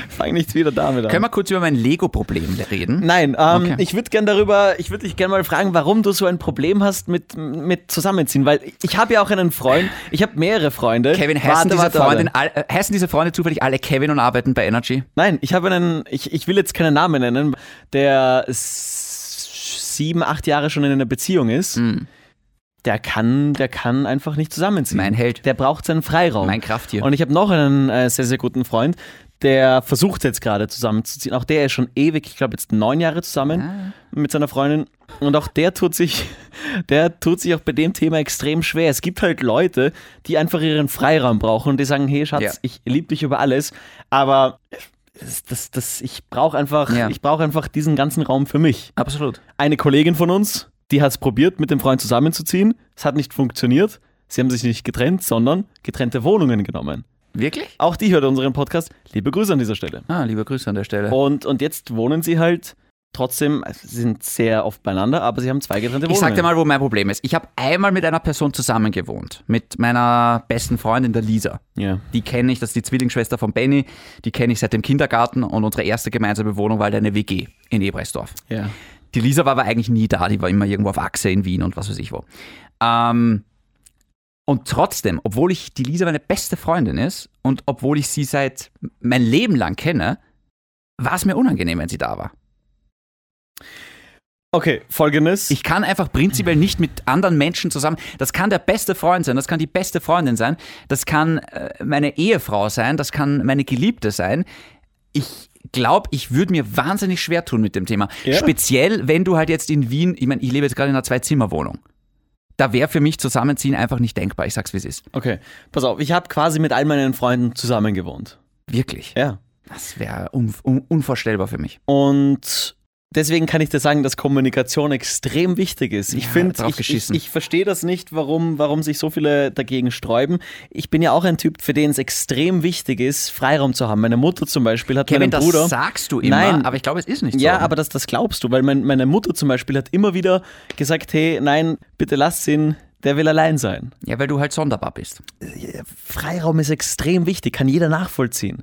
S1: fang nicht wieder damit an.
S2: Können wir kurz über mein Lego-Problem reden?
S1: Nein, ähm,
S2: Okay.
S1: ich würde gern darüber, ich würde dich gerne mal fragen, warum du so ein Problem hast mit, mit Zusammenziehen, weil ich habe ja auch einen Freund, ich habe mehrere Freunde.
S2: Kevin, heißen
S1: Warte,
S2: diese,
S1: warte,
S2: Freundin,
S1: warte.
S2: all, äh, heißen diese Freunde zufällig alle Kevin und arbeiten bei Energy?
S1: Nein, ich habe einen, ich, ich will jetzt keinen Namen nennen, der s- sieben, acht Jahre schon in einer Beziehung ist.
S2: Hm.
S1: Der kann, der kann einfach nicht zusammenziehen.
S2: Mein Held.
S1: Der braucht seinen Freiraum.
S2: Mein Krafttier.
S1: Und ich habe noch einen äh, sehr, sehr guten Freund, der versucht jetzt gerade zusammenzuziehen. Auch der ist schon ewig, ich glaube jetzt neun Jahre zusammen
S2: Ah.
S1: mit seiner Freundin. Und auch der tut sich, der tut sich auch bei dem Thema extrem schwer. Es gibt halt Leute, die einfach ihren Freiraum brauchen und die sagen, hey Schatz,
S2: Ja.
S1: ich liebe dich über alles, aber das, das, das, ich brauche einfach,
S2: Ja.
S1: ich brauche einfach diesen ganzen Raum für mich.
S2: Absolut.
S1: Eine Kollegin von uns, die hat es probiert, mit dem Freund zusammenzuziehen. Es hat nicht funktioniert. Sie haben sich nicht getrennt, sondern getrennte Wohnungen genommen.
S2: Wirklich?
S1: Auch die hört unseren Podcast. Liebe Grüße an dieser Stelle.
S2: Ah, liebe Grüße an der Stelle.
S1: Und, und jetzt wohnen sie halt trotzdem, also sie sind sehr oft beieinander, aber sie haben zwei getrennte
S2: Ich
S1: Wohnungen.
S2: sag dir mal, wo mein Problem ist. Ich habe einmal mit einer Person zusammen gewohnt. Mit meiner besten Freundin, der Lisa.
S1: Ja.
S2: Die kenne ich, das ist die Zwillingsschwester von Benny. Die kenne ich seit dem Kindergarten und unsere erste gemeinsame Wohnung war halt eine WG in Ebreisdorf.
S1: ja.
S2: Die Lisa war aber eigentlich nie da, die war immer irgendwo auf Achse in Wien und was weiß ich wo. Ähm, und trotzdem, obwohl ich die Lisa meine beste Freundin ist und obwohl ich sie seit mein Leben lang kenne, war es mir unangenehm, wenn sie da war.
S1: Okay, folgendes.
S2: Ich kann einfach prinzipiell nicht mit anderen Menschen zusammen. Das kann der beste Freund sein, das kann die beste Freundin sein, das kann äh, meine Ehefrau sein, das kann meine Geliebte sein. Ich glaube, ich würde mir wahnsinnig schwer tun mit dem Thema.
S1: Ja.
S2: Speziell, wenn du halt jetzt in Wien, ich meine, ich lebe jetzt gerade in einer Zwei-Zimmer-Wohnung. Da wäre für mich Zusammenziehen einfach nicht denkbar. Ich sag's, wie es ist.
S1: okay, pass auf, ich habe quasi mit all meinen Freunden zusammen gewohnt.
S2: Wirklich.
S1: Ja.
S2: Das wäre un un unvorstellbar für mich.
S1: Und deswegen kann ich dir sagen, dass Kommunikation extrem wichtig ist. Ich
S2: Ja,
S1: finde,
S2: drauf
S1: ich, ich,
S2: geschissen.
S1: ich verstehe das nicht, warum, warum sich so viele dagegen sträuben. Ich bin ja auch ein Typ, für den es extrem wichtig ist, Freiraum zu haben. Meine Mutter zum Beispiel hat
S2: Kevin,
S1: meinen
S2: das
S1: Bruder.
S2: sagst du immer,
S1: Nein.
S2: aber ich glaube, es ist nicht
S1: Ja,
S2: so.
S1: aber das, das glaubst du, weil mein, meine Mutter zum Beispiel hat immer wieder gesagt, hey, nein, bitte lass ihn, der will allein sein.
S2: ja, weil du halt sonderbar bist.
S1: Freiraum ist extrem wichtig, kann jeder nachvollziehen.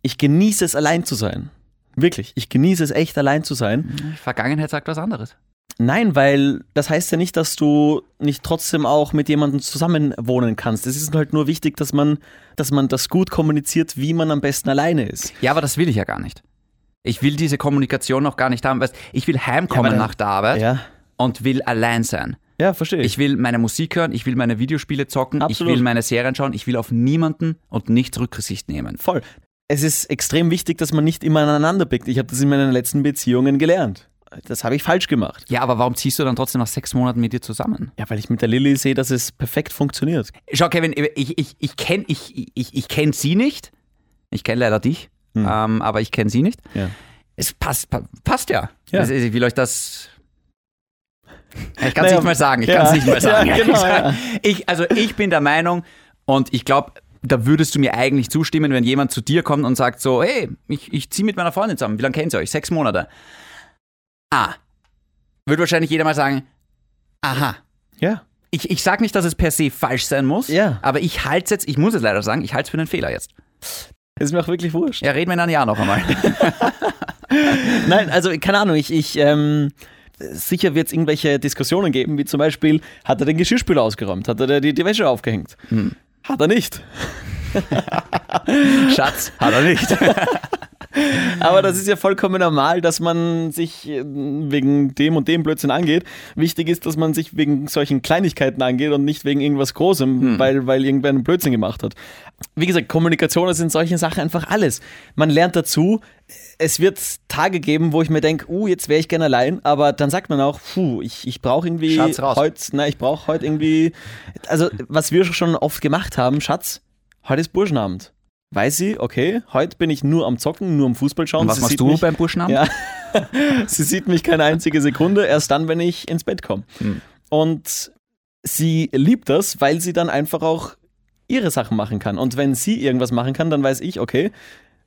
S1: Ich genieße es, allein zu sein. Wirklich, ich genieße es echt, allein zu sein.
S2: Vergangenheit sagt was anderes.
S1: Nein, weil das heißt ja nicht, dass du nicht trotzdem auch mit jemandem zusammen wohnen kannst. Es ist halt nur wichtig, dass man, dass man das gut kommuniziert, wie man am besten alleine ist.
S2: Ja, aber das will ich ja gar nicht. Ich will diese Kommunikation noch gar nicht haben. Weißt, ich will heimkommen
S1: dann-
S2: nach der Arbeit
S1: Ja,
S2: und will allein sein.
S1: ja verstehe ich.
S2: Ich will meine Musik hören, ich will meine Videospiele zocken,
S1: Absolut.
S2: ich will meine Serien schauen, ich will auf niemanden und nichts Rücksicht nehmen.
S1: Voll. Es ist extrem wichtig, dass man nicht immer aneinander pickt. Ich habe das in meinen letzten Beziehungen gelernt. Das habe ich falsch gemacht.
S2: Ja, aber warum ziehst du dann trotzdem nach sechs Monaten mit dir zusammen?
S1: Ja, weil ich mit der Lilly sehe, dass es perfekt funktioniert.
S2: Schau, Kevin, ich, ich, ich kenne ich, ich, ich kenn sie nicht. Ich kenne leider dich,
S1: Hm.
S2: ähm, aber ich kenne sie nicht.
S1: Ja.
S2: Es passt, pa passt ja.
S1: Ja.
S2: Es- Ich will euch das. Ich kann es
S1: Naja,
S2: nicht mal sagen. Ich
S1: ja.
S2: kann es nicht mal sagen.
S1: Ja, genau, ja.
S2: ich, also ich bin der Meinung und ich glaube, da würdest du mir eigentlich zustimmen, wenn jemand zu dir kommt und sagt so, hey, ich, ich ziehe mit meiner Freundin zusammen. Wie lange kennt ihr euch? Sechs Monate. Ah. Würde wahrscheinlich jeder mal sagen, aha.
S1: Ja.
S2: Ich, ich sag nicht, dass es per se falsch sein muss,
S1: Ja.
S2: aber ich halte es jetzt, ich muss es leider sagen, ich halte es für einen Fehler jetzt.
S1: Ist mir auch wirklich wurscht.
S2: Ja, reden wir in einem Jahr noch einmal.
S1: Nein, also keine Ahnung, ich, ich ähm, sicher wird es irgendwelche Diskussionen geben, wie zum Beispiel, hat er den Geschirrspüler ausgeräumt, hat er die, die Wäsche aufgehängt? Hat er nicht.
S2: Schatz, hat er nicht.
S1: Aber das ist ja vollkommen normal, dass man sich äh, wegen dem und dem Blödsinn angeht. Wichtig ist, dass man sich wegen solchen Kleinigkeiten angeht und nicht wegen irgendwas Großem,
S2: Hm.
S1: weil, weil irgendwer einen Blödsinn gemacht hat. Wie gesagt, Kommunikation ist in solchen Sachen einfach alles. Man lernt dazu. Es wird Tage geben, wo ich mir denke, uh, jetzt wäre ich gerne allein, aber dann sagt man auch, puh, ich, ich brauche irgendwie
S2: Schatz, raus.
S1: heute, na, ich brauche heute irgendwie, also was wir schon oft gemacht haben, Schatz, heute ist Burschenabend. Weiß sie, okay, heute bin ich nur am Zocken, nur am Fußball schauen.
S2: Und was
S1: sie
S2: machst
S1: sieht
S2: du
S1: mich,
S2: beim Burschnamen?
S1: Ja. Sie sieht mich keine einzige Sekunde, erst dann, wenn ich ins Bett komme.
S2: Hm.
S1: Und sie liebt das, weil sie dann einfach auch ihre Sachen machen kann. Und wenn sie irgendwas machen kann, dann weiß ich, okay,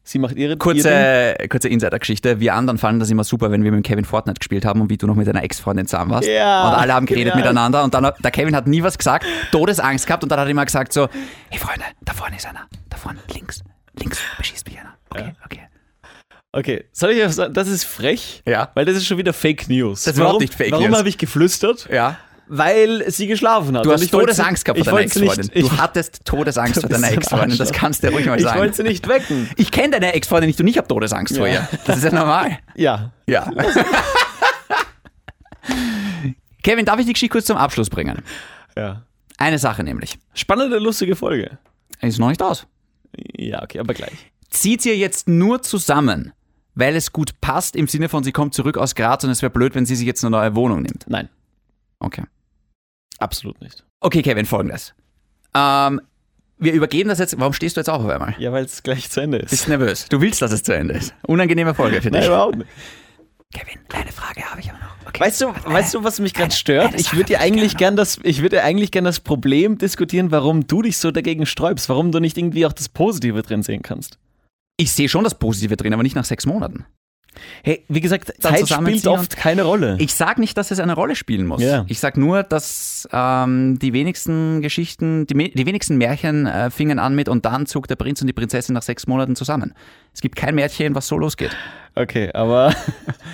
S1: sie macht ihre ihr Ding.
S2: Kurze, kurze Insider-Geschichte. Wir anderen fanden das immer super, wenn wir mit Kevin Fortnite gespielt haben und wie du noch mit deiner Ex-Freundin zusammen warst.
S1: Ja, genau.
S2: und alle haben geredet
S1: ja.
S2: miteinander und dann, der Kevin hat nie was gesagt, Todesangst gehabt und dann hat er immer gesagt so, hey Freunde, da vorne ist einer, da vorne, links, links, beschießt mich einer. Okay, okay.
S1: Okay, soll ich euch sagen, das ist frech,
S2: Ja.
S1: weil das ist schon wieder Fake News.
S2: Das ist
S1: warum,
S2: überhaupt nicht Fake
S1: warum
S2: News.
S1: Warum habe ich geflüstert?
S2: Ja.
S1: Weil sie geschlafen hat.
S2: Du
S1: Und
S2: hast
S1: Also ich wollte sie-
S2: Todesangst gehabt vor
S1: ich
S2: deiner
S1: wollte sie
S2: Ex-Freundin.
S1: nicht-
S2: Du
S1: ich-
S2: hattest Todesangst vor
S1: bist
S2: deiner
S1: ein
S2: Ex-Freundin, das
S1: Arschloch.
S2: kannst du ruhig mal
S1: Ich
S2: sagen.
S1: wollte sie nicht wecken.
S2: Ich kenne deine Ex-Freundin nicht und ich habe Todesangst vor ihr. Das ist ja normal.
S1: Ja,
S2: Ja. Kevin, darf ich die Geschichte kurz zum Abschluss bringen?
S1: ja.
S2: Eine Sache nämlich.
S1: Spannende, lustige Folge.
S2: Ist noch nicht aus.
S1: Ja, okay, aber gleich.
S2: Zieht ihr jetzt nur zusammen, weil es gut passt, im Sinne von, sie kommt zurück aus Graz und es wäre blöd, wenn sie sich jetzt eine neue Wohnung nimmt?
S1: Nein,
S2: Okay.
S1: absolut nicht.
S2: Okay, Kevin, folgendes. Ähm, wir übergeben das jetzt. Warum stehst du jetzt auf auf einmal?
S1: Ja, weil es gleich zu Ende ist.
S2: Bist nervös. Du willst, dass es zu Ende ist. Unangenehme Folge für dich.
S1: Nein, überhaupt nicht.
S2: Kevin, eine Frage habe ich aber noch. Okay.
S1: Weißt du, weißt du, was mich gerade stört?
S2: eine
S1: Ich
S2: Sache
S1: würde dir
S2: würde ich
S1: eigentlich gern das, ich würde eigentlich gern das Problem diskutieren, warum du dich so dagegen sträubst, warum du nicht irgendwie auch das Positive drin sehen kannst.
S2: Ich sehe schon das Positive drin, aber nicht nach sechs Monaten.
S1: Hey, wie gesagt,
S2: Dann
S1: Zeit spielt
S2: zusammenziehen
S1: oft keine Rolle.
S2: Ich sage nicht, dass es eine Rolle spielen muss.
S1: Ja.
S2: Ich sage nur, dass ähm, die wenigsten Geschichten, die, me- die wenigsten Märchen äh, fingen an mit und dann zog der Prinz und die Prinzessin nach sechs Monaten zusammen. Es gibt kein Märchen, was so losgeht.
S1: Okay, aber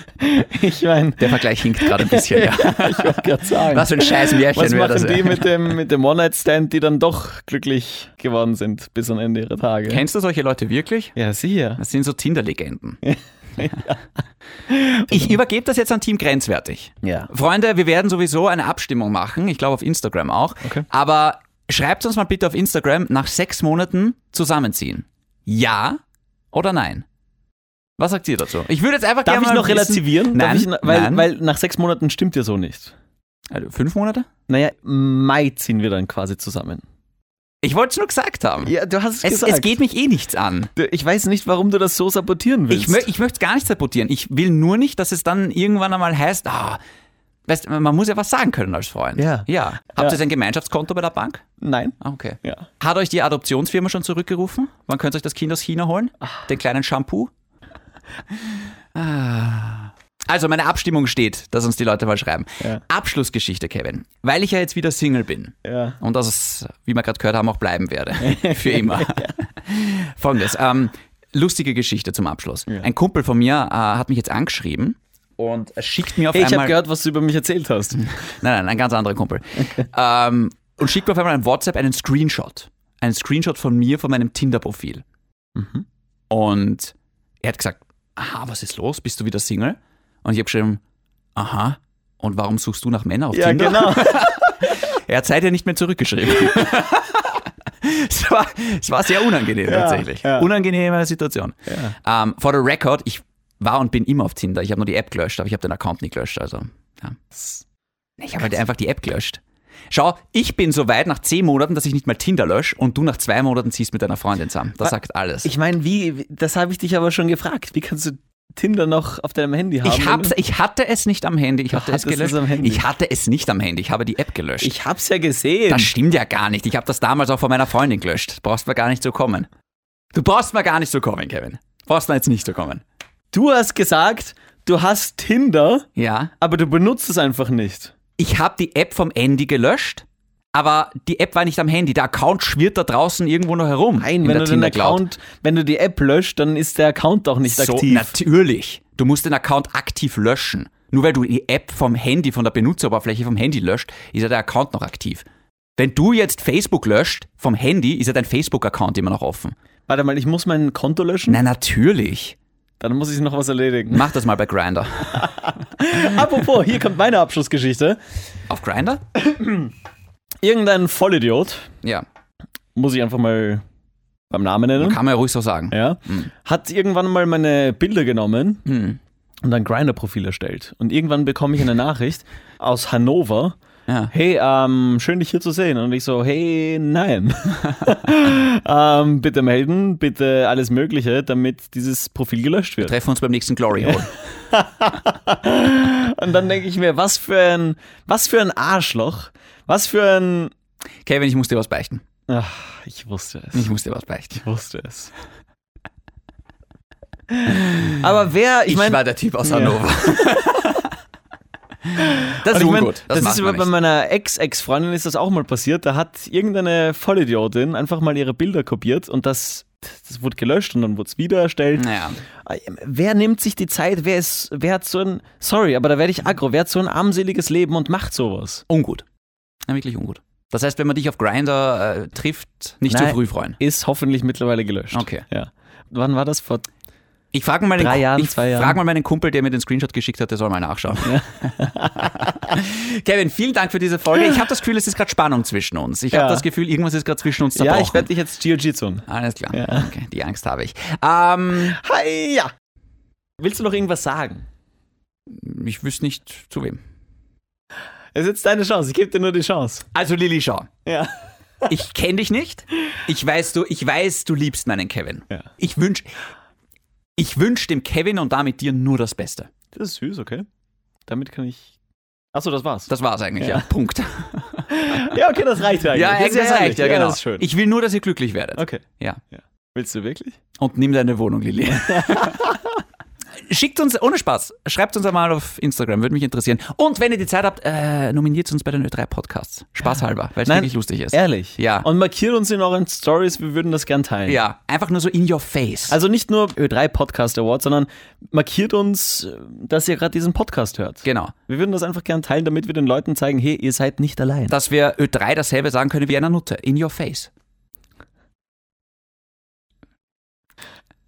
S1: ich meine,
S2: Der Vergleich hinkt gerade ein bisschen. ja.
S1: ich wollte gerade sagen.
S2: Was für ein scheiß Märchen
S1: was
S2: wäre
S1: machen
S2: das?
S1: die
S2: ey?
S1: mit dem, mit dem One-Night-Stand, die dann doch glücklich geworden sind bis am Ende ihrer Tage?
S2: Kennst du solche Leute wirklich?
S1: ja, sicher.
S2: Das sind so Tinder-Legenden. Ich übergebe das jetzt an Team Grenzwertig.
S1: Ja.
S2: Freunde, wir werden sowieso eine Abstimmung machen. Ich glaube auf Instagram auch.
S1: Okay.
S2: Aber schreibt uns mal bitte auf Instagram nach sechs Monaten zusammenziehen. Ja oder nein? Was sagt ihr dazu? Ich würde jetzt einfach
S1: Darf
S2: gerne
S1: ich
S2: mal
S1: noch
S2: wissen-
S1: relativieren?
S2: Nein,
S1: Darf ich, noch- weil,
S2: nein.
S1: weil nach sechs Monaten stimmt ja so nicht.
S2: Also fünf Monate?
S1: Naja, im Mai ziehen wir dann quasi zusammen.
S2: Ich wollte es nur gesagt haben.
S1: Ja, du hast
S2: es, es geht mich eh nichts an.
S1: Du, Ich weiß nicht, warum du das so sabotieren willst.
S2: Ich, mö ich möchte es gar nicht sabotieren. Ich will nur nicht, dass es dann irgendwann einmal heißt, ah, weißt, man muss ja was sagen können als Freund.
S1: Ja.
S2: ja. Habt
S1: Ja.
S2: ihr ein Gemeinschaftskonto bei der Bank?
S1: Nein.
S2: Ah, okay.
S1: Ja.
S2: Hat euch die Adoptionsfirma schon zurückgerufen? Wann könnt ihr euch das Kind aus China holen?
S1: Ah.
S2: Den kleinen Shampoo? Ah. Also, meine Abstimmung steht, dass uns die Leute mal schreiben.
S1: Ja.
S2: Abschlussgeschichte, Kevin. Weil ich ja jetzt wieder Single bin
S1: Ja.
S2: und das, wie wir gerade gehört haben, auch bleiben werde. Für immer. Folgendes. Ähm, lustige Geschichte zum Abschluss. Ein Kumpel von mir äh, hat mich jetzt angeschrieben und schickt mir auf
S1: Hey, ich habe
S2: einmal.
S1: gehört, was du über mich erzählt hast.
S2: Nein, nein, ein ganz anderer Kumpel. ähm, und schickt mir auf einmal ein WhatsApp einen Screenshot. Einen Screenshot von mir, von meinem Tinder-Profil. Und er hat gesagt, aha, was ist los? Bist du wieder Single? Und ich habe geschrieben, aha, und warum suchst du nach Männern auf Tinder?
S1: genau.
S2: Er hat seither nicht mehr zurückgeschrieben. es, war, es war sehr unangenehm tatsächlich.
S1: ja.
S2: Unangenehme Situation. Ähm, for the record, ich war und bin immer auf Tinder. Ich habe nur die App gelöscht, aber ich habe den Account nicht gelöscht. Also, ja. Ich habe halt einfach die App gelöscht. Schau, ich bin so weit nach zehn Monaten, dass ich nicht mal Tinder lösche und du nach zwei Monaten ziehst mit deiner Freundin zusammen. Das sagt alles.
S1: Ich meine, wie, das habe ich dich aber schon gefragt. Wie kannst du Tinder noch auf deinem Handy haben?
S2: Ich, hab's, ich hatte es nicht am Handy. Ich hatte es
S1: hattest es
S2: gelöscht.
S1: am Handy.
S2: Ich hatte es nicht am Handy. Ich habe die App gelöscht.
S1: Ich hab's ja gesehen.
S2: Das stimmt ja gar nicht. Ich habe das damals auch von meiner Freundin gelöscht. Brauchst mal gar nicht zu kommen. Du brauchst mal gar nicht zu kommen, Kevin. Brauchst mal jetzt nicht zu kommen.
S1: du hast gesagt, du hast Tinder,
S2: Ja.
S1: aber du benutzt es einfach nicht.
S2: Ich habe die App vom Handy gelöscht, aber die App war nicht am Handy. Der Account schwirrt da draußen irgendwo noch herum.
S1: Nein,
S2: in
S1: wenn
S2: der
S1: du den
S2: Tinder-Cloud.
S1: Account, wenn du die App löscht, dann ist der Account auch nicht
S2: so,
S1: aktiv.
S2: Natürlich. Du musst den Account aktiv löschen. Nur weil du die App vom Handy, von der Benutzeroberfläche vom Handy löscht, ist ja der Account noch aktiv. Wenn du jetzt Facebook löscht vom Handy, ist ja dein Facebook-Account immer noch
S1: Hm.
S2: offen.
S1: Warte mal, ich muss mein Konto löschen,
S2: Na natürlich.
S1: dann muss ich noch was erledigen.
S2: Mach das mal bei Grinder.
S1: Apropos, hier kommt meine Abschlussgeschichte.
S2: Auf Grinder?
S1: Irgendein Vollidiot,
S2: Ja.
S1: muss ich einfach mal beim Namen nennen.
S2: Kann man ja ruhig so sagen.
S1: ja, hat irgendwann mal meine Bilder genommen
S2: Hm.
S1: und ein Grinder-Profil erstellt. Und irgendwann bekomme ich eine Nachricht aus Hannover.
S2: Ja.
S1: Hey, ähm, schön dich hier zu sehen. Und ich so, hey, nein. ähm, bitte melden, bitte alles Mögliche, damit dieses Profil gelöscht wird.
S2: Treffen uns beim nächsten Glory Hole.
S1: Und dann denke ich mir, was für ein, was für ein Arschloch, was für ein,
S2: Kevin, ich muss dir was beichten.
S1: ach, ich wusste es.
S2: Ich muss dir was beichten.
S1: Ich wusste es. Aber wer, ich
S2: Ich,
S1: meine,
S2: war der Typ aus Hannover. das ist
S1: Und ich mein,
S2: ungut.
S1: das
S2: Das,
S1: ist
S2: macht man
S1: über- bei
S2: nicht.
S1: meiner Ex-Ex-Freundin ist das auch mal passiert. Da hat irgendeine Vollidiotin einfach mal ihre Bilder kopiert und das, das wurde gelöscht und dann wurde es wieder erstellt.
S2: Naja.
S1: Wer nimmt sich die Zeit? Wer ist, wer hat so ein, sorry, aber da werde ich aggro. Wer hat so ein armseliges Leben und macht sowas?
S2: Ungut. Na, wirklich ungut. Das heißt, wenn man dich auf Grinder äh, trifft, nicht zu
S1: Nein.
S2: früh freuen.
S1: Ist hoffentlich mittlerweile gelöscht.
S2: Okay.
S1: Ja. Wann war das? Vor
S2: Ich frage mal, den
S1: Drei
S2: Ku-
S1: Jahren,
S2: ich
S1: zwei Jahren.
S2: frag mal meinen Kumpel, der mir den Screenshot geschickt hat, der soll mal nachschauen. Kevin, vielen Dank für diese Folge. Ich habe das Gefühl, es ist gerade Spannung zwischen uns. Ich
S1: Ja.
S2: habe das Gefühl, irgendwas ist gerade zwischen uns zerbrochen.
S1: Ja, ich werde dich jetzt Jiu-Jitsu.
S2: Alles klar. Okay, die Angst habe ich. Ähm,
S1: Hi, ja. Willst du noch irgendwas sagen?
S2: ich wüsste nicht zu wem.
S1: Es ist jetzt deine Chance. Ich gebe dir nur die Chance.
S2: Also Lilly, schau.
S1: Ja.
S2: Ich kenne dich nicht. Ich weiß, du, ich weiß, du liebst meinen Kevin.
S1: Ja.
S2: Ich wünsch, ich wünsch dem Kevin und damit dir nur das Beste.
S1: Das ist süß, okay. Damit kann ich. Achso, das war's.
S2: Das war's eigentlich, ja. Punkt.
S1: Ja, okay, das reicht ja eigentlich.
S2: Ja,
S1: Das ist
S2: das
S1: herrlich.
S2: reicht, ja, genau.
S1: Das ist schön.
S2: Ich will nur, dass ihr glücklich werdet.
S1: okay.
S2: Ja.
S1: Willst du wirklich?
S2: Und nimm deine Wohnung, Lilly. Schickt uns, ohne Spaß, schreibt uns einmal auf Instagram, würde mich interessieren. Und wenn ihr die Zeit habt, äh, nominiert uns bei den Ö3 Podcasts. Spaß halber, weil es wirklich lustig ist.
S1: Ehrlich?
S2: Ja.
S1: Und markiert uns in euren Stories, wir würden das gern teilen.
S2: Ja, einfach nur so in your face.
S1: Also nicht nur Ö3 Podcast Award, sondern markiert uns, dass ihr gerade diesen Podcast hört.
S2: genau.
S1: Wir würden das einfach gern teilen, damit wir den Leuten zeigen, hey, ihr seid nicht allein.
S2: Dass wir Ö3 dasselbe sagen können wie einer Nutte. In your face.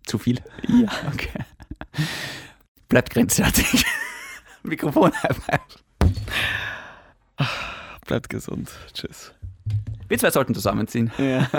S2: Zu viel?
S1: Ja.
S2: Okay. Bleibt grenzwertig. Mikrofon einfach.
S1: Bleibt gesund. Tschüss.
S2: Wir zwei sollten zusammenziehen.
S1: Ja.